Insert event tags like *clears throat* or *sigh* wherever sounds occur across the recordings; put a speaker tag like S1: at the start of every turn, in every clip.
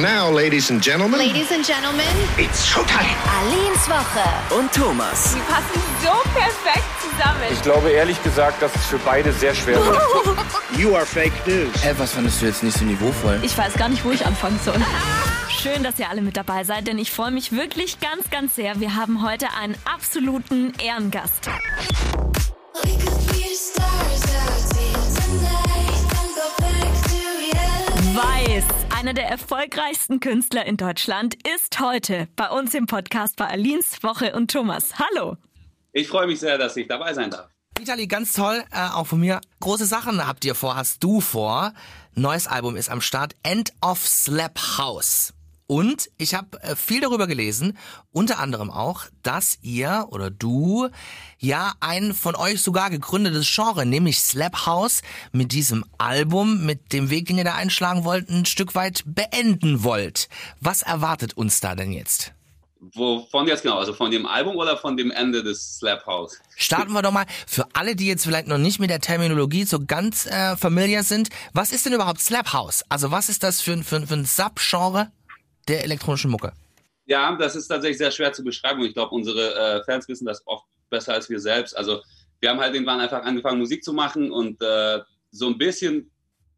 S1: now, ladies and gentlemen,
S2: Ladies and Gentlemen,
S1: it's showtime.
S2: Aleens Woche.
S3: und Thomas.
S4: Die passen so perfekt zusammen.
S5: Ich glaube ehrlich gesagt, dass es für beide sehr schwer wird.
S1: You are fake news.
S3: Ey, was fandest du jetzt nicht so niveauvoll?
S6: Ich weiß gar nicht, wo ich anfangen
S4: *laughs*
S6: soll. Schön, dass ihr alle mit dabei seid, denn ich freue mich wirklich ganz, ganz sehr. Wir haben heute einen absoluten Ehrengast.
S7: We could be stars out here tonight and go back to reality.
S6: Weiß, einer der erfolgreichsten Künstler in Deutschland, ist heute bei uns im Podcast bei Alins, Woche und Thomas. Hallo.
S8: Ich freue mich sehr, dass ich dabei sein darf.
S9: Vitali, ganz toll, äh, auch von mir. Große Sachen habt ihr vor, hast du vor. Neues Album ist am Start, End of Slap House. Und ich habe äh, viel darüber gelesen, unter anderem auch, dass ihr oder du ja ein von euch sogar gegründetes Genre, nämlich Slap House, mit diesem Album, mit dem Weg, den ihr da einschlagen wollt, ein Stück weit beenden wollt. Was erwartet uns da denn jetzt?
S8: Wovon jetzt genau? Also von dem Album oder von dem Ende des Slap House?
S9: Starten wir doch mal für alle, die jetzt vielleicht noch nicht mit der Terminologie so ganz äh, familiar sind. Was ist denn überhaupt Slap House? Also was ist das für, ein- für, ein- für ein Subgenre der elektronischen Mucke?
S8: Ja, das ist tatsächlich sehr schwer zu beschreiben und ich glaube, unsere äh, Fans wissen das oft besser als wir selbst. Also wir haben halt irgendwann einfach angefangen, Musik zu machen und äh, so ein bisschen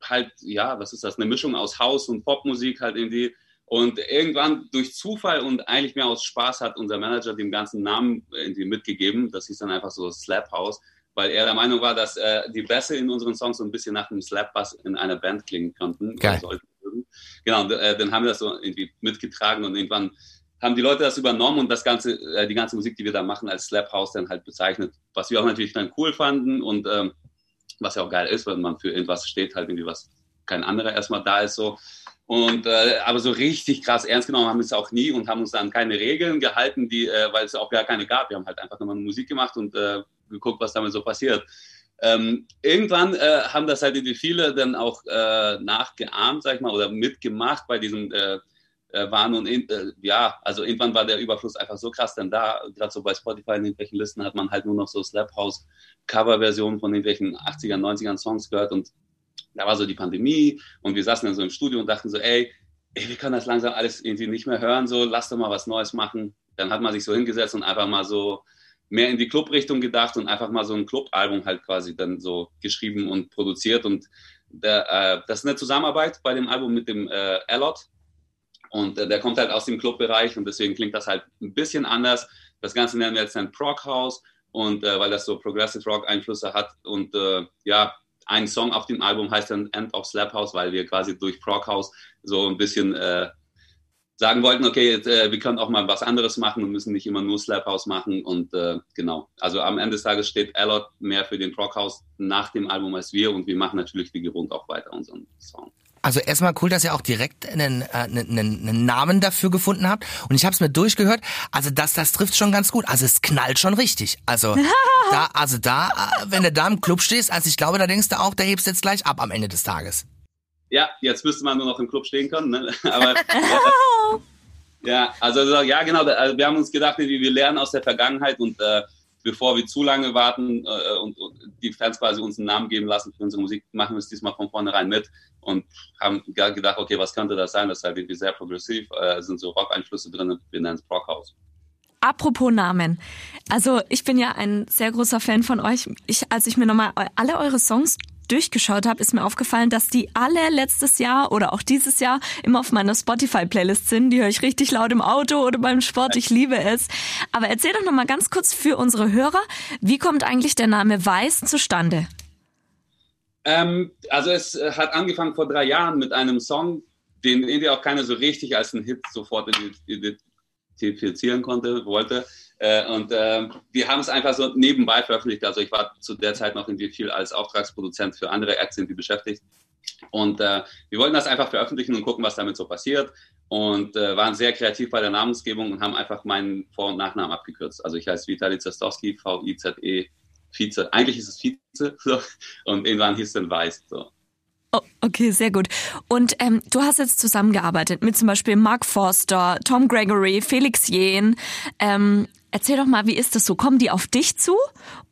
S8: halt, ja, was ist das, eine Mischung aus House und Popmusik halt irgendwie. Und irgendwann durch Zufall und eigentlich mehr aus Spaß hat unser Manager dem ganzen Namen irgendwie mitgegeben. Das hieß dann einfach so Slap House, weil er der Meinung war, dass äh, die Bässe in unseren Songs so ein bisschen nach einem Slap Bass in einer Band klingen könnten.
S9: Geil.
S8: Oder sollten. Genau, und, äh, dann haben wir das so irgendwie mitgetragen und irgendwann haben die Leute das übernommen und das ganze, äh, die ganze Musik, die wir da machen, als Slap House dann halt bezeichnet, was wir auch natürlich dann cool fanden und ähm, was ja auch geil ist, wenn man für irgendwas steht, halt irgendwie was kein anderer erstmal da ist so. Und äh, aber so richtig krass ernst genommen haben wir es auch nie und haben uns an keine Regeln gehalten, die, äh, weil es auch gar keine gab. Wir haben halt einfach nochmal Musik gemacht und äh, geguckt, was damit so passiert. Ähm, irgendwann äh, haben das halt irgendwie viele dann auch äh, nachgeahmt, sag ich mal, oder mitgemacht bei diesem äh, äh, waren und in, äh, ja, also irgendwann war der Überfluss einfach so krass dann da, gerade so bei Spotify in irgendwelchen Listen hat man halt nur noch so Slap House Coverversionen von irgendwelchen 80er, 90er Songs gehört und da war so die Pandemie und wir saßen dann so im Studio und dachten so, ey, ey, wir können das langsam alles irgendwie nicht mehr hören, so lass doch mal was Neues machen. Dann hat man sich so hingesetzt und einfach mal so mehr in die Club-Richtung gedacht und einfach mal so ein Club-Album halt quasi dann so geschrieben und produziert und der, äh, das ist eine Zusammenarbeit bei dem Album mit dem äh, Alot, und äh, der kommt halt aus dem Clubbereich und deswegen klingt das halt ein bisschen anders. Das Ganze nennen wir jetzt dann Prog House und äh, weil das so Progressive Rock Einflüsse hat und äh, ja, ein Song auf dem Album heißt dann End of Slap House, weil wir quasi durch Prog House so ein bisschen äh, sagen wollten, okay, jetzt, äh, wir können auch mal was anderes machen und müssen nicht immer nur Slap House machen und äh, genau. Also am Ende des Tages steht Alot mehr für den Prog House nach dem Album als wir und wir machen natürlich wie gewohnt auch weiter unseren Song.
S9: Also erstmal cool, dass ihr auch direkt einen, äh, einen, einen Namen dafür gefunden habt. Und ich habe es mir durchgehört. Also das, das trifft schon ganz gut. Also es knallt schon richtig. Also da, also da, äh, wenn du da im Club stehst, also ich glaube, da denkst du auch, da hebst du jetzt gleich ab am Ende des Tages.
S8: ja, jetzt müsste man nur noch im Club stehen können. Ne? *laughs* Aber ja, also so, ja, genau. da- Also, wir haben uns gedacht, wir wir lernen aus der Vergangenheit und äh, bevor wir zu lange warten äh, und, und die Fans quasi uns einen Namen geben lassen für unsere Musik, machen wir es diesmal von vornherein mit und haben ge- gedacht, okay, was könnte das sein? Das ist halt irgendwie sehr progressiv, äh, sind so Rock-Einflüsse drin, wir nennen es Brockhaus.
S6: Apropos Namen. Also ich bin ja ein sehr großer Fan von euch. Ich, als ich mir nochmal eu- alle eure Songs durchgeschaut habe, ist mir aufgefallen, dass die alle letztes Jahr oder auch dieses Jahr immer auf meiner Spotify-Playlist sind. Die höre ich richtig laut im Auto oder beim Sport. Ich liebe es. Aber erzähl doch nochmal ganz kurz für unsere Hörer, wie kommt eigentlich der Name Weiß zustande?
S8: Ähm, also es äh, hat angefangen vor drei Jahren mit einem Song, den irgendwie auch keiner so richtig als einen Hit sofort ident- identifizieren konnte, wollte. Äh, und ähm, wir haben es einfach so nebenbei veröffentlicht. Also ich war zu der Zeit noch irgendwie viel als Auftragsproduzent für andere Acts irgendwie beschäftigt. Und äh, wir wollten das einfach veröffentlichen und gucken, was damit so passiert. Und äh, waren sehr kreativ bei der Namensgebung und haben einfach meinen Vor- und Nachnamen abgekürzt. Also ich heiße Vitali Zastowski, V-I-Z-E, E, Vize. Eigentlich ist es Vize. So. Und irgendwann hieß es dann Weiß. So.
S6: Oh, okay, sehr gut. Und ähm, du hast jetzt zusammengearbeitet mit zum Beispiel Mark Forster, Tom Gregory, Felix Jähn. Ähm, erzähl doch mal, wie ist das so? Kommen die auf dich zu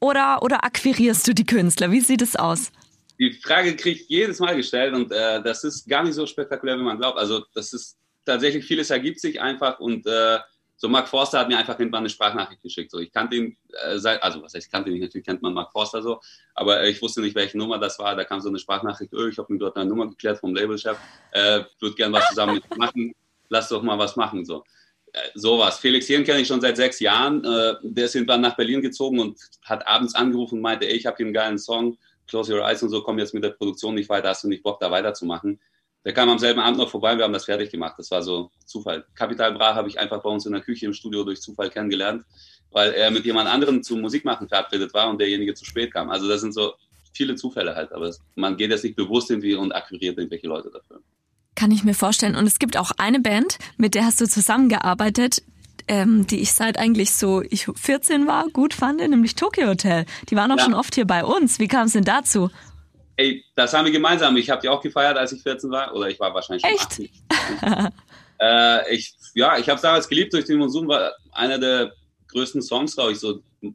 S6: oder, oder akquirierst du die Künstler? Wie sieht es aus?
S8: Die Frage kriege ich jedes Mal gestellt und äh, das ist gar nicht so spektakulär, wie man glaubt. Also das ist tatsächlich vieles ergibt sich einfach und äh, so Mark Forster hat mir einfach irgendwann eine Sprachnachricht geschickt. So, ich kannte ihn, äh, seit, also was heißt, ich kannte ihn, nicht, natürlich kennt man Mark Forster so, aber äh, ich wusste nicht, welche Nummer das war. Da kam so eine Sprachnachricht, öh, ich habe mir dort eine Nummer geklärt vom Labelchef, äh, würde gern was zusammen mit dir machen, lass doch mal was machen. So. Äh, sowas. Felix Hirn kenne ich schon seit sechs Jahren. Äh, der ist irgendwann nach Berlin gezogen und hat abends angerufen und meinte, ey, ich habe hier einen geilen Song, Close Your Eyes und so, komm jetzt mit der Produktion nicht weiter, hast du nicht Bock, da weiterzumachen? Der kam am selben Abend noch vorbei und wir haben das fertig gemacht. Das war so Zufall. Capital Bra habe ich einfach bei uns in der Küche im Studio durch Zufall kennengelernt, weil er mit jemand anderem zum Musikmachen verabredet war und derjenige zu spät kam. Also das sind so viele Zufälle halt, aber es- man geht jetzt nicht bewusst irgendwie und akquiriert irgendwelche Leute dafür.
S6: Kann ich mir vorstellen. Und es gibt auch eine Band, mit der hast du zusammengearbeitet, ähm, die ich seit eigentlich so ich 14 war, gut fand, nämlich Tokyo Hotel. Die waren auch
S8: Ja.
S6: schon oft hier bei uns. Wie kam es denn dazu?
S8: Ey, das haben wir gemeinsam. Ich habe die auch gefeiert, als ich 14 war. Oder ich war wahrscheinlich schon
S6: Echt?
S8: 18. *laughs* äh, ich, ja, ich habe es damals geliebt. Durch den Monsun war einer der größten Songs, glaube ich, so, die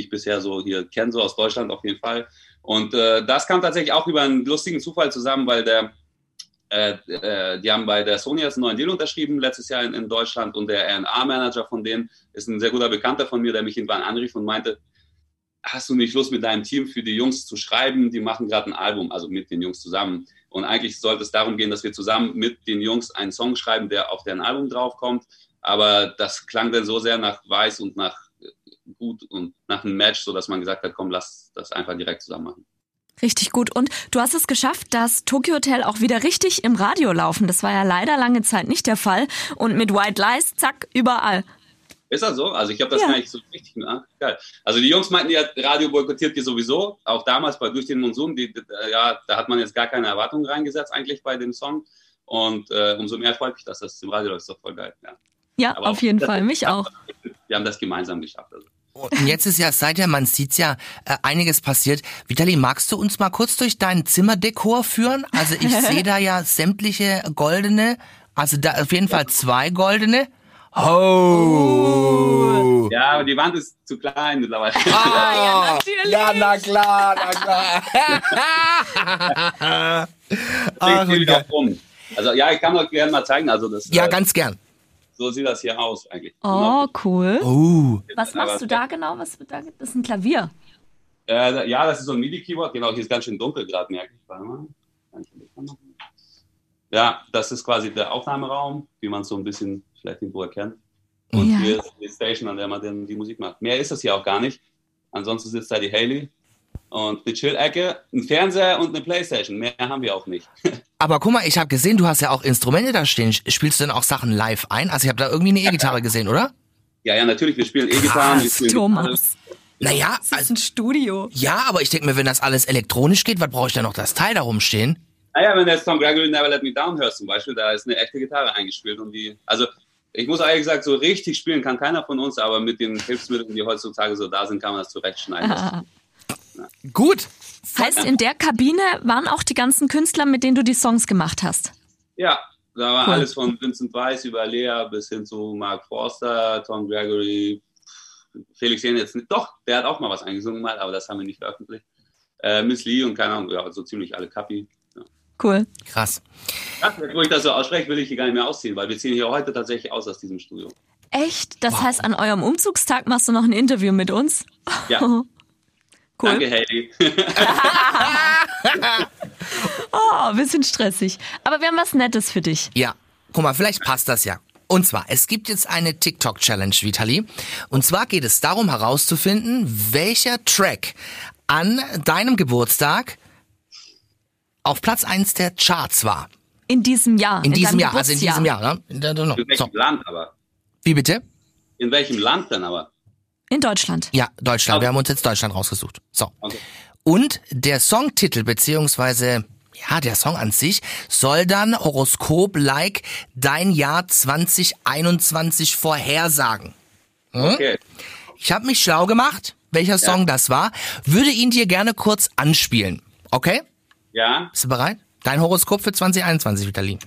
S8: ich bisher so hier kenne, so aus Deutschland auf jeden Fall. Und äh, das kam tatsächlich auch über einen lustigen Zufall zusammen, weil der, äh, äh, die haben bei der Sony jetzt einen neuen Deal unterschrieben, letztes Jahr in, in Deutschland. Und der R&A-Manager von denen ist ein sehr guter Bekannter von mir, der mich irgendwann anrief und meinte, hast du nicht Lust, mit deinem Team für die Jungs zu schreiben? Die machen gerade ein Album, also mit den Jungs zusammen. Und eigentlich sollte es darum gehen, dass wir zusammen mit den Jungs einen Song schreiben, der auf deren Album draufkommt. Aber das klang dann so sehr nach Weiß und nach äh, gut und nach einem Match, sodass man gesagt hat, komm, lass das einfach direkt zusammen machen.
S6: Richtig gut. Und du hast es geschafft, dass Tokyo Hotel auch wieder richtig im Radio laufen. Das war ja leider lange Zeit nicht der Fall. Und mit White Lies, zack, überall.
S8: Ist das so? Also ich habe das
S6: Ja.
S8: gar nicht so richtig. Ah, geil. Also die Jungs meinten ja, Radio boykottiert ihr sowieso. Auch damals bei Durch den Monsun, die, äh, ja, da hat man jetzt gar keine Erwartungen reingesetzt eigentlich bei dem Song. Und äh, umso mehr freut mich, dass das im Radio läuft. Ist doch voll geil. Ja.
S6: Ja,
S8: Aber
S6: auf
S8: auch-
S6: jeden Fall. Mich auch.
S8: Wir haben das gemeinsam geschafft. Also.
S9: Und jetzt ist ja, seit ja, man sieht ja, äh, einiges passiert. Vitali, magst du uns mal kurz durch dein Zimmerdekor führen? Also ich *laughs* sehe da ja sämtliche goldene, also da auf jeden Fall zwei goldene. Oh!
S8: Ja, aber die Wand ist zu klein mittlerweile. *laughs*
S9: Ah,
S6: natürlich.
S9: ja, na klar, na klar. Ah,
S8: Deswegen
S9: gut,
S8: ich
S9: geil.
S8: auch um. Also ja, ich kann euch gerne mal zeigen. Also das,
S9: ja,
S8: äh,
S9: ganz gern.
S8: so sieht das hier aus eigentlich.
S6: Oh, cool.
S9: Oh,
S6: Was machst du da genau? Was, da gibt es ein Klavier.
S8: Äh, ja, das ist so ein MIDI-Keyboard. Genau, hier ist ganz schön dunkel gerade, merke ich. Warte mal. Kann ich das anmachen? Ja, das ist quasi der Aufnahmeraum, wie man es so ein bisschen vielleicht irgendwo erkennt. Und
S6: Ja.
S8: hier ist die Station, an der man dann die Musik macht. Mehr ist das hier auch gar nicht. Ansonsten sitzt da die Haley und eine Chill-Ecke, ein Fernseher und eine Playstation. Mehr haben wir auch nicht.
S9: aber guck mal, ich habe gesehen, du hast ja auch Instrumente da stehen. Spielst du denn auch Sachen live ein? Also ich habe da irgendwie eine E-Gitarre gesehen, oder?
S8: Ja, ja, natürlich, wir spielen E-Gitarren. wir spielen Gitarre.
S6: Thomas.
S9: Naja,
S6: Das ist ein Studio.
S9: Ja, aber ich denke mir, wenn das alles elektronisch geht, was brauche ich denn noch das Teil da rumstehen?
S8: Naja, wenn du jetzt Tom Gregory Never Let Me Down hörst zum Beispiel, da ist eine echte Gitarre eingespielt und die, also ich muss ehrlich gesagt, so richtig spielen kann keiner von uns, aber mit den Hilfsmitteln, die heutzutage so da sind, kann man das zurechtschneiden.
S6: *laughs*
S8: Das-
S9: Gut.
S6: Heißt, in der Kabine waren auch die ganzen Künstler, mit denen du die Songs gemacht hast.
S8: Ja, da war
S6: Cool.
S8: alles von Vincent Weiss über Lea bis hin zu Mark Forster, Tom Gregory, Felix Jähn jetzt nicht, doch, der hat auch mal was eingesungen mal, aber das haben wir nicht veröffentlicht. Äh, Miss Lee und keine Ahnung, ja, so ziemlich alle Kapi.
S6: Cool.
S9: Krass.
S8: Ja, wo ich das so ausspreche, will ich hier gar nicht mehr ausziehen, weil wir ziehen hier heute tatsächlich aus aus diesem Studio.
S6: Echt? Das heißt, an eurem Umzugstag machst du noch ein Interview mit uns?
S8: Ja.
S6: *laughs* Cool.
S8: Danke, Haley.
S6: Oh, ein bisschen stressig. Aber wir haben was Nettes für dich.
S9: Ja. Guck mal, vielleicht passt das ja. Und zwar, es gibt jetzt eine TikTok-Challenge, Vitali. Und zwar geht es darum herauszufinden, welcher Track an deinem Geburtstag auf Platz eins der Charts war.
S6: In diesem Jahr.
S9: In diesem
S6: deinem
S9: Jahr, also in diesem
S6: Geburtsjahr.
S9: Jahr, ne? In der- der-
S8: In
S9: der- So.
S8: welchem Land aber?
S9: Wie bitte?
S8: In welchem Land dann aber?
S6: In Deutschland.
S9: Ja, Deutschland.
S8: Okay.
S9: Wir haben uns jetzt Deutschland rausgesucht. So.
S8: Okay.
S9: Und der Songtitel beziehungsweise ja, der Song an sich soll dann Horoskop-like dein Jahr 2021 vorhersagen. Hm?
S8: Okay.
S9: Ich habe mich schlau gemacht, welcher Song das war, würde ihn dir gerne kurz anspielen. Okay?
S8: Ja.
S9: Bist du bereit? Dein Horoskop für 2021, Vitali.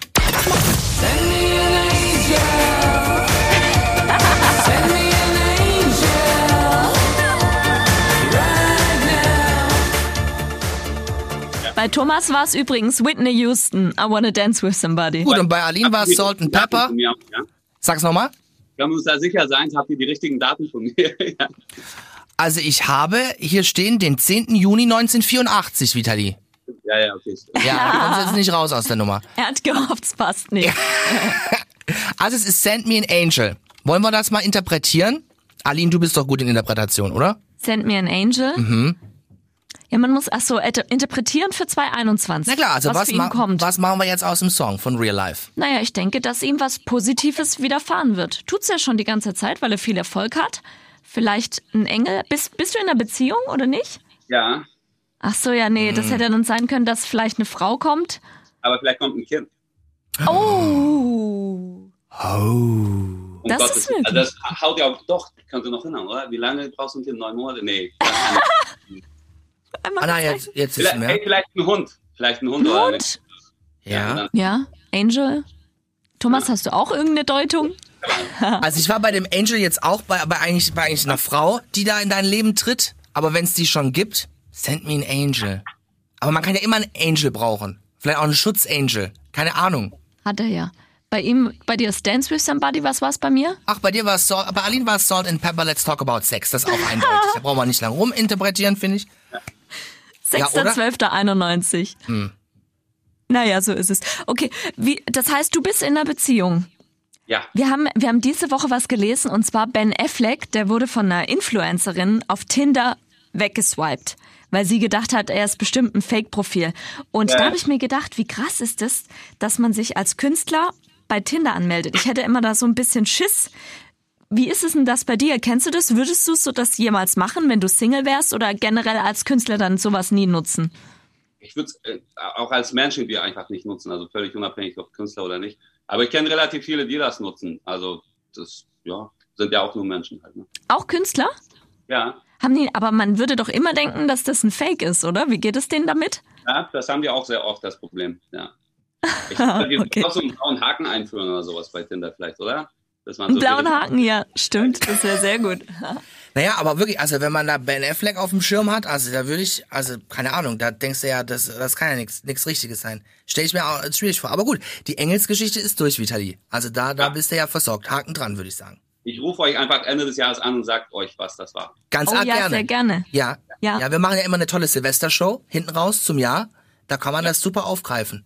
S6: Bei Thomas war es übrigens Whitney Houston, I Wanna Dance With Somebody.
S9: Gut, und bei Aline war es Salt and Pepper.
S8: Ja, ja.
S9: Sag's nochmal.
S8: Können wir uns da sicher sein, habt ihr die richtigen Daten von mir? *laughs* ja.
S9: Also ich habe hier stehen den 10. Juni 1984, Vitali.
S8: ja, ja, okay. stimmt.
S9: Ja,
S6: *laughs*
S9: da kommst du jetzt nicht raus aus der Nummer.
S6: Er hat gehofft, es passt nicht.
S9: Also es ist Send Me an Angel. Wollen wir das mal interpretieren? Aline, du bist doch gut in Interpretation, oder?
S6: Send Me an Angel.
S9: Mhm.
S6: Ja, man muss, ach so, et- interpretieren für 221.
S9: Na klar, also was,
S6: für ihn
S9: ma-
S6: kommt.
S9: was machen wir jetzt aus dem Song von Real Life?
S6: Naja, ich denke, dass ihm was Positives widerfahren wird. Tut's ja schon die ganze Zeit, weil er viel Erfolg hat. Vielleicht ein Engel. Bist, bist du in einer Beziehung oder nicht?
S8: ja,
S6: Ach so, ja, nee,
S9: Hm.
S6: das hätte dann sein können, dass vielleicht eine Frau kommt.
S8: aber vielleicht kommt ein Kind.
S6: Oh.
S8: Um
S6: Das
S8: Gottes
S6: ist
S8: Willen.
S6: möglich.
S8: Also das haut ja auch, doch, könnte noch hinhauen, oder? Wie lange brauchst du ein Kind? Neun Monate?
S9: *laughs*
S8: Nee.
S9: Ah, na, jetzt, jetzt ist
S8: vielleicht,
S9: mehr.
S8: hey, vielleicht ein Hund. Vielleicht ein Hund, oder eine-
S6: Und?
S9: Ja.
S6: Ja, Angel. Thomas, hast du auch irgendeine Deutung?
S9: Also ich war bei dem Angel jetzt auch bei, bei, eigentlich, bei eigentlich einer Frau, die da in dein Leben tritt. Aber wenn es die schon gibt, send me an Angel. Aber man kann ja immer einen Angel brauchen. Vielleicht auch einen Schutzangel. Keine Ahnung.
S6: Hat er ja. Bei ihm, bei dir ist Dance with Somebody, was war's bei mir?
S9: Ach, bei dir war es Salt, bei Aline war es Salt and Pepper, let's talk about sex. Das ist auch eindeutig. da brauchen wir nicht lang ruminterpretieren, finde ich.
S6: 6.12.91. Hm. Naja, so ist es. Okay, wie, das heißt, du bist in einer Beziehung.
S8: Ja.
S6: Wir haben, wir haben diese Woche was gelesen und zwar Ben Affleck, der wurde von einer Influencerin auf Tinder weggeswiped, weil sie gedacht hat, er ist bestimmt ein Fake-Profil. Und da habe ich mir gedacht, wie krass ist es, dass man sich als Künstler bei Tinder anmeldet. Ich hätte immer da so ein bisschen Schiss. Wie ist es denn das bei dir? Kennst du das? Würdest du so das jemals machen, wenn du Single wärst oder generell als Künstler dann sowas nie nutzen?
S8: ich würde es äh, auch als Mensch irgendwie einfach nicht nutzen, also völlig unabhängig, ob Künstler oder nicht. Aber ich kenne relativ viele, die das nutzen. Also das, ja, sind ja auch nur Menschen halt. Ne?
S6: Auch Künstler?
S8: Ja,
S6: Haben die, aber man würde doch immer denken, dass das ein Fake ist, oder? Wie geht es denen damit?
S8: ja, das haben die auch sehr oft, das Problem. Ja.
S6: *laughs*
S8: Ich glaube, wir
S6: Okay.
S8: auch so einen blauen Haken einführen oder sowas bei Tinder vielleicht, oder? Dass man
S6: Einen
S8: so
S6: blauen
S8: direkt-
S6: Haken, ja, stimmt. Das wäre sehr gut.
S9: Naja, aber wirklich, also wenn man da Ben Affleck auf dem Schirm hat, also da würde ich, also keine Ahnung, da denkst du ja, das, das kann ja nichts nichts Richtiges sein. Stell ich mir auch als schwierig vor. Aber gut, die Engelsgeschichte ist durch, Vitali. Also da, da
S8: Ja.
S9: bist du ja versorgt. Haken dran, würde ich sagen.
S8: Ich rufe euch einfach Ende des Jahres an und sagt euch, was das war.
S9: Ganz
S6: Oh
S9: arg
S6: ja,
S9: gerne.
S6: sehr gerne.
S9: Ja. ja.
S6: Ja.
S9: Ja, wir machen ja immer eine tolle Silvestershow, hinten raus zum Jahr. Da kann man das super aufgreifen.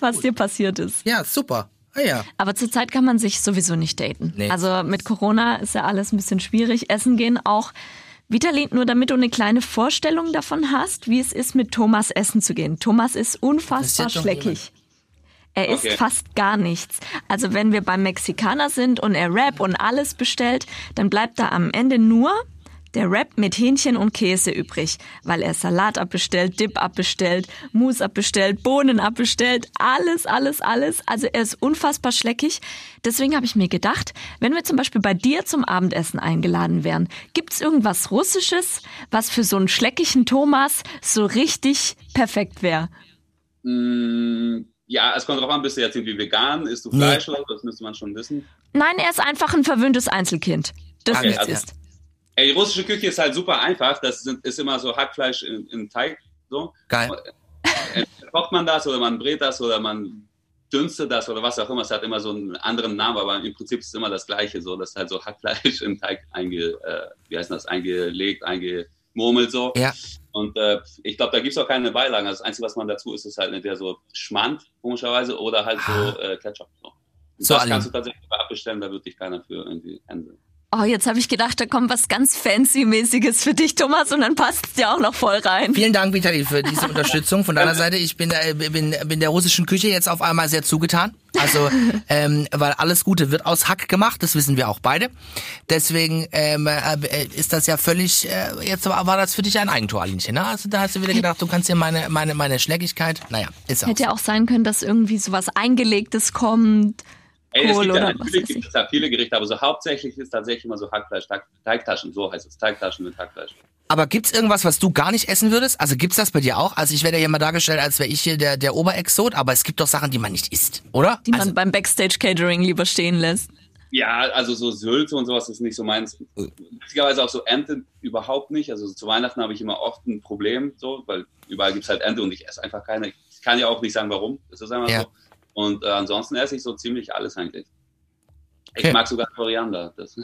S6: Was dir passiert ist.
S9: Ja, super. Ah, ja.
S6: Aber zurzeit kann man sich sowieso nicht daten.
S9: Nee.
S6: Also mit Corona ist ja alles ein bisschen schwierig. Essen gehen auch. Vitali, nur damit du eine kleine Vorstellung davon hast, wie es ist, mit Thomas essen zu gehen. Thomas ist unfassbar
S9: Das ist ja doch
S6: schleckig. Er isst
S8: Okay.
S6: fast gar nichts. Also wenn wir beim Mexikaner sind und er Rap und alles bestellt, dann bleibt da am Ende nur der Rap mit Hähnchen und Käse übrig, weil er Salat abbestellt, Dip abbestellt, Mousse abbestellt, Bohnen abbestellt, alles, alles, alles. Also er ist unfassbar schleckig. Deswegen habe ich mir gedacht, wenn wir zum Beispiel bei dir zum Abendessen eingeladen wären, gibt's irgendwas Russisches, was für so einen schleckigen Thomas so richtig perfekt wäre?
S8: Mm, ja, es kommt drauf an, bist du jetzt irgendwie vegan, isst du
S9: Nee.
S8: Fleisch oder so? das müsste man schon wissen.
S6: Nein, er ist einfach ein verwöhntes Einzelkind. Das
S9: Okay,
S6: nichts
S9: also-
S6: ist.
S8: Ey, die russische Küche ist halt super einfach. Das sind, ist immer so Hackfleisch in, in Teig. So.
S9: Geil.
S8: kocht man das oder man brät das oder man dünstet das oder was auch immer. Es hat immer so einen anderen Namen, aber im Prinzip ist es immer das Gleiche. So, das ist halt so Hackfleisch *laughs* im Teig einge, äh, wie heißt das, eingelegt, eingemurmelt so.
S9: Ja.
S8: Und äh, ich glaube, da gibt es auch keine Beilagen. Also Das Einzige, was man dazu isst, ist halt entweder so Schmand, komischerweise, oder halt
S6: Ah.
S8: so äh, Ketchup. So.
S9: So,
S8: das
S9: Ali.
S8: kannst du tatsächlich aber abbestellen, da wird dich keiner für irgendwie händeln.
S6: Oh, jetzt habe ich gedacht, da kommt was ganz Fancy-mäßiges für dich, Thomas, und dann passt es dir auch noch voll rein.
S9: Vielen Dank, Vitali, für diese Unterstützung von deiner Seite. Ich bin, äh, bin, bin der russischen Küche jetzt auf einmal sehr zugetan.
S6: *laughs*
S9: Also, ähm, weil alles Gute wird aus Hack gemacht, das wissen wir auch beide. Deswegen ähm, äh, ist das ja völlig, äh, jetzt war war das für dich ein Eigentor, Alinchen. Ne? Also da hast du wieder gedacht, du kannst dir meine, meine, meine Schlägigkeit, naja, ist auch.
S6: Hätte ja auch sein können, dass irgendwie sowas Eingelegtes kommt.
S8: Ey, es
S6: Kohl
S8: gibt ja
S6: oder was
S8: natürlich
S6: weiß
S8: gibt
S6: ich.
S8: es da viele Gerichte, aber so hauptsächlich ist tatsächlich immer so Hackfleisch, Teig, Teigtaschen, so heißt es, Teigtaschen mit Hackfleisch.
S9: Aber gibt's irgendwas, was du gar nicht essen würdest? Also gibt's das bei dir auch? Also ich werde ja immer dargestellt, als wäre ich hier der, der Oberexot, aber es gibt doch Sachen, die man nicht isst, oder?
S6: die man
S9: also,
S6: beim Backstage-Catering lieber stehen lässt.
S8: Ja, also so Sülze und sowas ist nicht so meins. Witzigerweise auch so Ente überhaupt nicht. Also zu Weihnachten habe ich immer oft ein Problem, so, weil überall gibt's halt Ente und ich esse einfach keine. Ich kann ja auch nicht sagen, warum. Das ist einfach
S9: Ja.
S8: so. Und äh, ansonsten esse ich so ziemlich alles eigentlich. Ich
S9: Okay.
S8: mag sogar Koriander. Das,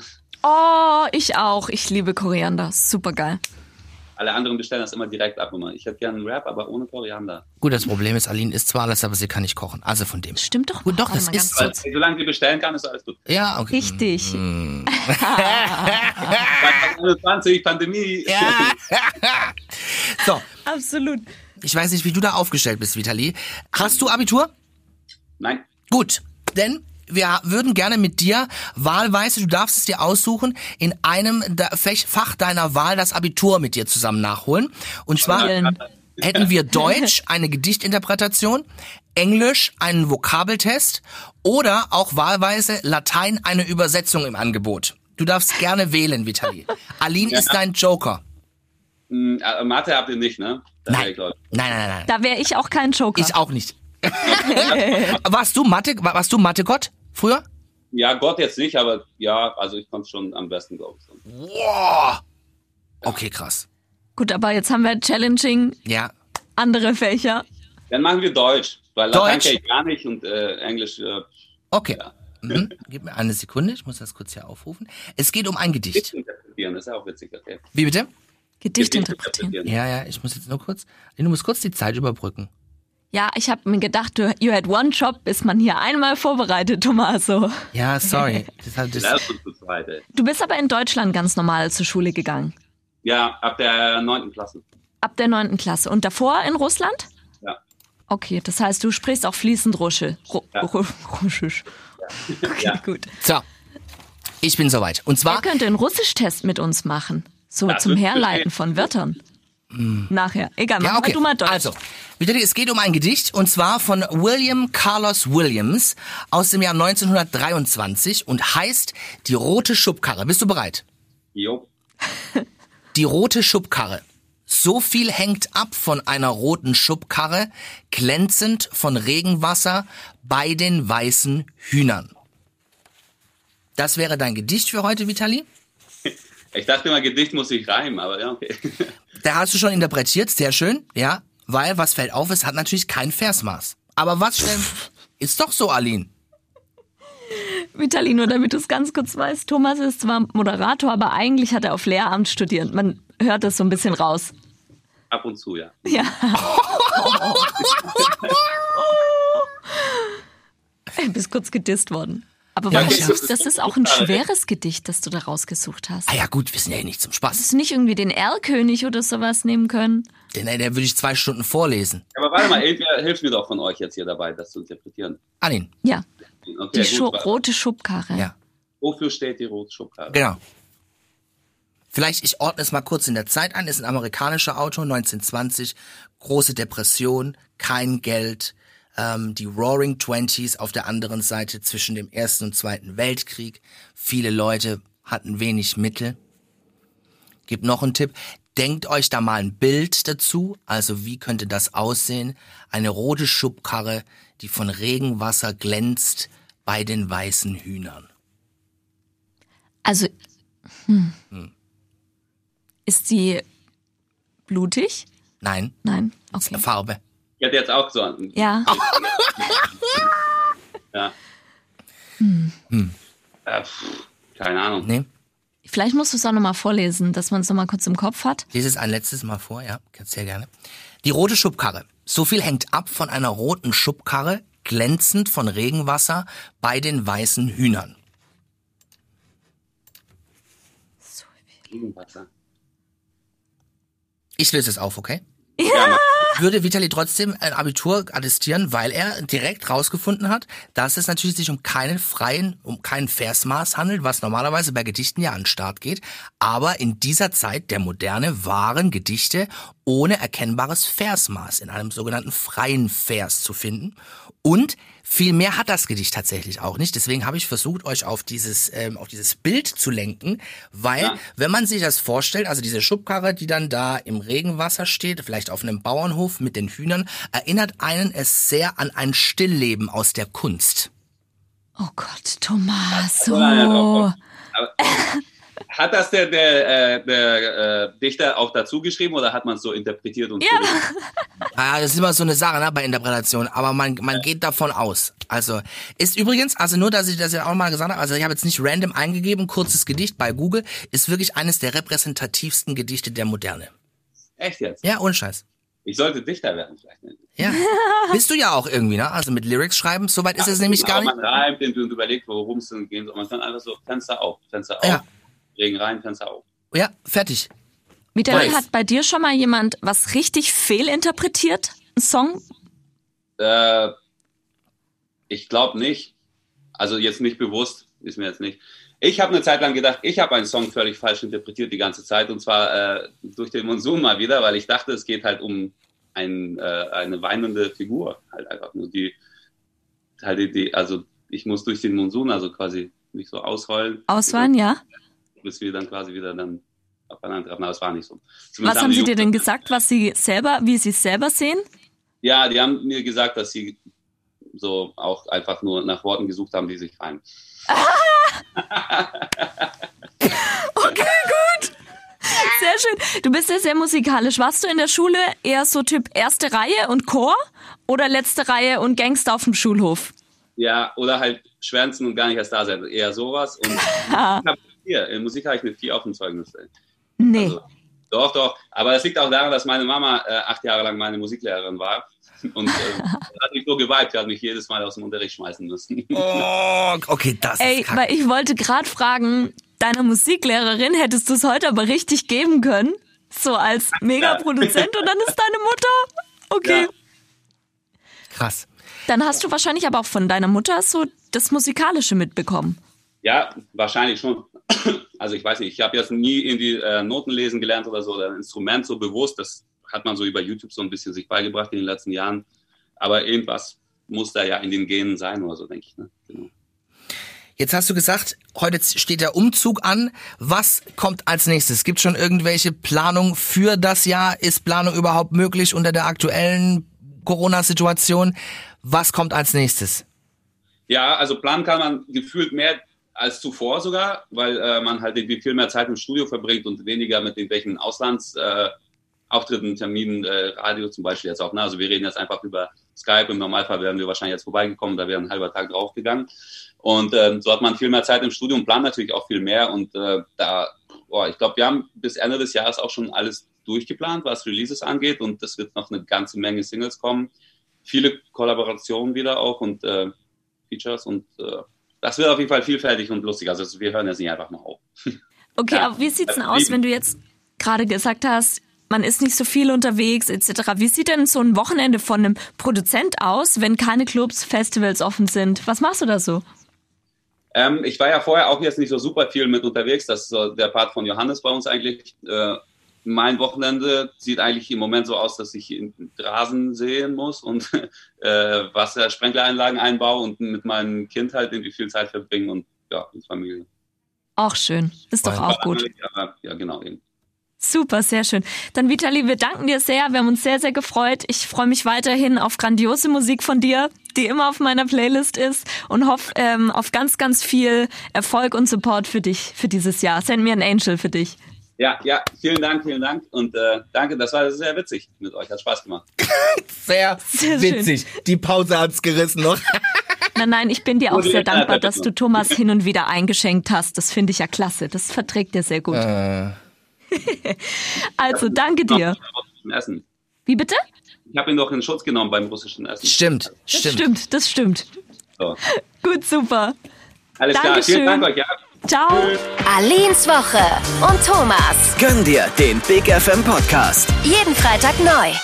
S6: Oh, ich auch. Ich liebe Koriander. Super geil.
S8: alle anderen bestellen das immer direkt ab. Immer. Ich hätte gerne einen Wrap, aber ohne Koriander.
S9: Gut, das Problem ist, Aline isst zwar alles, aber sie kann nicht kochen. Also von dem.
S6: Stimmt doch.
S9: Gut, doch,
S6: Warte
S9: das
S6: mal ganz
S9: ist- halt-
S8: Weil,
S6: kurz.
S8: solange die bestellen kann, ist alles gut.
S9: Ja, okay.
S6: Richtig.
S9: Mm.
S8: 2020, Pandemie.
S9: Ja. so,
S6: Absolut.
S9: ich weiß nicht, wie du da aufgestellt bist, Vitali. Hast du Abitur?
S8: *laughs* Nein.
S9: Gut, denn wir würden gerne mit dir wahlweise, du darfst es dir aussuchen, in einem da- Fech- Fach deiner Wahl das Abitur mit dir zusammen nachholen. Und zwar
S6: Vielen.
S9: hätten wir Deutsch eine Gedichtinterpretation, Englisch einen Vokabeltest oder auch wahlweise Latein eine Übersetzung im Angebot. Du darfst gerne wählen, Vitali. Aline ist dein Joker.
S8: Hm, äh, Mathe habt ihr nicht, ne? Da
S9: Nein.
S8: wäre ich, glaub ich.
S9: Nein, nein, nein, nein.
S6: Da wäre ich auch kein Joker.
S9: Ich auch nicht. *laughs* warst du Mathe, wa- warst du Mathe-Gott früher?
S8: Ja, Gott jetzt nicht, aber ja, also ich konnte schon am besten, glaube ich.
S9: Wow. Oh. Okay, krass.
S6: Gut, aber jetzt haben wir Challenging,
S9: Ja,
S6: andere Fächer.
S8: Dann machen wir Deutsch, weil Latein
S9: Deutsch?
S8: kann ich gar nicht und äh, Englisch. Äh,
S9: Okay. Mhm. Gib mir eine Sekunde, ich muss das kurz hier aufrufen. Es geht um ein Gedicht.
S8: interpretieren, das ist ja auch witzig, okay.
S9: Wie bitte?
S6: Gedicht interpretieren.
S9: Ja, ja, ich muss jetzt nur kurz. Du musst kurz die Zeit überbrücken.
S6: Ja, ich habe mir gedacht, du, you had one job, ist man hier einmal vorbereitet, Tommaso.
S9: Ja, sorry. Das hat das,
S8: Lass uns zu zweit, ey.
S6: Du bist aber in Deutschland ganz normal zur Schule gegangen.
S8: Ja, ab der neunten Klasse.
S6: Ab der neunten Klasse. Und davor in Russland?
S8: Ja.
S6: Okay, das heißt, du sprichst auch fließend Russisch. Ru Ru Russisch. Okay, gut.
S9: so. Ich bin soweit. Und
S6: Er
S9: zwar,
S6: könnte einen Russisch-Test mit uns machen. So
S8: Das
S6: zum
S8: wird
S6: Herleiten
S8: bestimmt.
S6: von Wörtern. Nachher. Egal, mach
S9: Mm. ja, okay.
S6: mal du mal Deutsch.
S9: Also, Vitali, es geht um ein Gedicht und zwar von William Carlos Williams aus dem Jahr 1923 und heißt Die rote Schubkarre. Bist du bereit?
S8: Jo.
S9: Die rote Schubkarre. So viel hängt ab von einer roten Schubkarre, glänzend von Regenwasser bei den weißen Hühnern. Das wäre dein Gedicht für heute, Vitali.
S8: Ich dachte immer, Gedicht muss ich reimen, aber ja, okay. *laughs*
S9: Da hast du schon interpretiert, sehr schön, ja. Weil, was fällt auf, es hat natürlich kein Versmaß. Aber was stellen... Ist doch so, Aline.
S6: Vitalino, damit du es ganz kurz weißt, Thomas ist zwar Moderator, aber eigentlich hat er auf Lehramt studiert. Man hört das so ein bisschen raus.
S8: Ab und zu, ja.
S6: *laughs* Ja. Du bist kurz gedisst worden. Aber
S9: Ja,
S6: warum
S9: okay.
S6: suchst- das ist auch ein schweres Gedicht, das du da rausgesucht hast.
S9: Ah ja gut, wir sind ja eh nicht zum Spaß.
S6: Hast du nicht irgendwie den Erlkönig oder sowas nehmen können?
S9: Den, den würde ich zwei Stunden vorlesen.
S8: Aber warte mal, irgendwer hilft mir doch von euch jetzt hier dabei, das zu interpretieren.
S9: Aline,
S6: Ja,
S8: Okay,
S6: die
S8: gut,
S6: Schu
S8: wa-
S6: rote Schubkarre.
S9: ja,
S8: Wofür steht die Rotschubkarre?
S9: genau. Vielleicht, ich ordne es mal kurz in der Zeit an, ist ein amerikanischer Autor, 1920, große Depression, kein Geld, ähm, die Roaring Twenties auf der anderen Seite zwischen dem Ersten und Zweiten Weltkrieg. Viele Leute hatten wenig Mittel. Gib noch einen Tipp. Denkt euch da mal ein Bild dazu. Also wie könnte das aussehen? Eine rote Schubkarre, die von Regenwasser glänzt bei den weißen Hühnern.
S6: Also, hm. ist die blutig?
S9: Nein,
S6: Nein? Okay.
S9: Farbe.
S8: Ich hätte jetzt auch so einen.
S6: Ja.
S8: Ja.
S6: Hm.
S8: Äh, pff, keine Ahnung.
S9: Nee.
S6: Vielleicht musst du es auch nochmal vorlesen, dass man es nochmal kurz im Kopf hat.
S9: Lies es ein letztes Mal vor, ja, kannst sehr gerne. Die rote Schubkarre. So viel hängt ab von einer roten Schubkarre, glänzend von Regenwasser bei den weißen Hühnern.
S8: Regenwasser.
S9: Ich löse es auf, okay? Würde Vitali trotzdem ein Abitur attestieren, weil er direkt rausgefunden hat, dass es natürlich sich um keinen freien, um keinen Versmaß handelt, was normalerweise bei Gedichten ja an den Start geht. Aber in dieser Zeit der Moderne waren Gedichte ohne erkennbares Versmaß in einem sogenannten freien Vers zu finden. Und viel mehr hat das Gedicht tatsächlich auch nicht. Deswegen habe ich versucht, euch auf dieses, ähm, auf dieses Bild zu lenken, weil
S8: Ja.
S9: wenn man sich das vorstellt, also diese Schubkarre, die dann da im Regenwasser steht, vielleicht auf einem Bauernhof mit den Hühnern, erinnert einen es sehr an ein Stillleben aus der Kunst.
S6: Oh Gott,
S8: Nein, oh nein, doch,
S6: Tommaso.
S8: doch. Aber- Hat das der, der, äh, der äh, Dichter auch dazu geschrieben oder hat man es so interpretiert und
S6: Ja.
S9: Ah, das ist immer so eine Sache ne, bei Interpretation, aber man, man geht davon aus. Also ist übrigens, also nur, dass ich das ja auch mal gesagt habe, also ich habe jetzt nicht random eingegeben, kurzes Gedicht bei Google, ist wirklich eines der repräsentativsten Gedichte der Moderne.
S8: echt jetzt?
S9: Ja, ohne Scheiß.
S8: Ich sollte Dichter werden vielleicht.
S9: Ja.
S6: *laughs*
S9: Bist du ja auch irgendwie, ne? Also mit Lyrics schreiben, soweit ist es nämlich gar nicht.
S8: genau, Man reimt und und überlegt, worum es denn gehen soll. Man kann einfach so Fenster auf, Fenster auf,
S9: Ja.
S8: Regen rein, Fenster auf.
S9: Ja, fertig.
S6: Michael,
S9: Weiß.
S6: hat bei dir schon mal jemand was richtig fehlinterpretiert? Ein Song?
S8: Äh, ich glaube nicht. Also jetzt nicht bewusst, ist mir jetzt nicht. Ich habe eine Zeit lang gedacht, ich habe einen Song völlig falsch interpretiert die ganze Zeit und zwar äh, durch den Monsun mal wieder, weil ich dachte, es geht halt um ein, äh, eine weinende Figur, halt einfach nur die, halt die, die also ich muss durch den Monsun, also quasi mich so ausheulen.
S6: Auswahlen, ja?
S8: Bis wir dann quasi wieder dann aufeinander treffen, aber es war nicht so. Zumindest
S6: Was haben
S8: die
S6: sie dir
S8: Jungs-
S6: denn gesagt, was sie selber, wie sie es selber sehen?
S8: Ja, die haben mir gesagt, dass sie so auch einfach nur nach Worten gesucht haben, die sich reimen.
S6: Sehr schön. Du bist ja sehr musikalisch. Warst du in der Schule eher so Typ erste Reihe und Chor oder letzte Reihe und Gangster auf dem Schulhof?
S8: Ja, oder halt schwänzen und gar nicht erst da sein. Eher sowas. Und ich hab vier. In Musik habe ich eine vier auf dem Zeugnis. ey.
S6: Nee.
S8: Also, doch, doch. Aber das liegt auch daran, dass meine Mama äh, acht Jahre lang meine Musiklehrerin war. Und äh, hat mich so geweibt, die hat mich jedes Mal aus dem Unterricht schmeißen müssen.
S9: Oh, okay, das
S6: Ey,
S9: ist
S6: weil
S9: kacke.
S6: ich wollte gerade fragen, deiner Musiklehrerin hättest du es heute aber richtig geben können. So als Megaproduzent und dann ist deine Mutter. Okay.
S8: Ja.
S9: Krass.
S6: Dann hast du wahrscheinlich aber auch von deiner Mutter so das Musikalische mitbekommen.
S8: Ja, wahrscheinlich schon. *clears throat* Also ich weiß nicht, ich habe jetzt nie in die äh, Noten lesen gelernt oder so, oder ein Instrument so bewusst. Das hat man so über YouTube so ein bisschen sich beigebracht in den letzten Jahren. Aber irgendwas muss da ja in den Genen sein oder so, denke ich. Ne? Genau.
S9: Jetzt hast du gesagt, heute steht der Umzug an. Was kommt als nächstes? Gibt schon irgendwelche Planung für das Jahr? Ist Planung überhaupt möglich unter der aktuellen Corona-Situation? Was kommt als nächstes?
S8: Ja, also planen kann man gefühlt mehr als zuvor sogar, weil äh, man halt irgendwie viel mehr Zeit im Studio verbringt und weniger mit irgendwelchen Auslandsauftritten, äh, Auftritten, Terminen, äh, Radio zum Beispiel jetzt auch. Ne? Also wir reden jetzt einfach über Skype. Im Normalfall wären wir wahrscheinlich jetzt vorbeigekommen, da wäre ein halber Tag draufgegangen. Und ähm, so hat man viel mehr Zeit im Studio und plant natürlich auch viel mehr. Und äh, da, boah, ich glaube, wir haben bis Ende des Jahres auch schon alles durchgeplant, was Releases angeht. Und es wird noch eine ganze Menge Singles kommen. Viele Kollaborationen wieder auch und äh, Features und äh, das wird auf jeden Fall vielfältig und lustig. Also wir hören jetzt nicht einfach mal auf.
S6: Okay,
S8: Ja.
S6: aber wie sieht's denn
S8: Äh,
S6: aus,
S8: eben.
S6: wenn du jetzt gerade gesagt hast, man ist nicht so viel unterwegs etc. Wie sieht denn so ein Wochenende von einem Produzent aus, wenn keine Clubs, Festivals offen sind? Was machst du da so?
S8: Ähm, ich war ja vorher auch jetzt nicht so super viel mit unterwegs. Das ist so der Part von Johannes bei uns eigentlich. Äh, mein Wochenende sieht eigentlich im Moment so aus, dass ich in- Rasen sehen muss und *laughs* äh, Wasser, Sprenkleinlagen einbaue und mit meinem Kind halt irgendwie viel Zeit verbringen und ja, mit Familie.
S6: Auch schön. Ist doch
S9: Voll.
S6: auch gut.
S8: Ja, ja genau. Eben.
S6: Super, sehr schön. Dann Vitali, wir danken dir sehr. Wir haben uns sehr, sehr gefreut. Ich freue mich weiterhin auf grandiose Musik von dir, die immer auf meiner Playlist ist und hoffe ähm, auf ganz, ganz viel Erfolg und Support für dich für dieses Jahr. Send mir einen Angel für dich.
S8: Ja, ja, vielen Dank, vielen Dank und äh, danke. Das war sehr witzig mit euch. Hat Spaß gemacht.
S9: Sehr,
S6: Sehr schön.
S9: witzig. Die Pause hat's gerissen noch.
S6: Nein, nein, ich bin dir auch
S8: Wurde
S6: sehr
S8: jetzt
S6: dankbar,
S8: leider
S6: dass du Thomas hin und wieder eingeschenkt hast. Das finde ich ja klasse. Das verträgt dir sehr gut.
S9: Äh,
S6: Also, danke dir.
S8: Zum Essen.
S6: Wie bitte?
S8: Ich habe ihn doch in Schutz genommen beim russischen Essen.
S9: Stimmt,
S6: Das
S9: stimmt.
S6: stimmt, das stimmt.
S8: So.
S6: Gut, super.
S8: Alles klar,
S6: Dankeschön.
S8: vielen Dank euch. Ja.
S6: Ciao.
S2: Aleens Woche und Thomas.
S10: Gönn dir den Big FM Podcast.
S2: Jeden Freitag neu.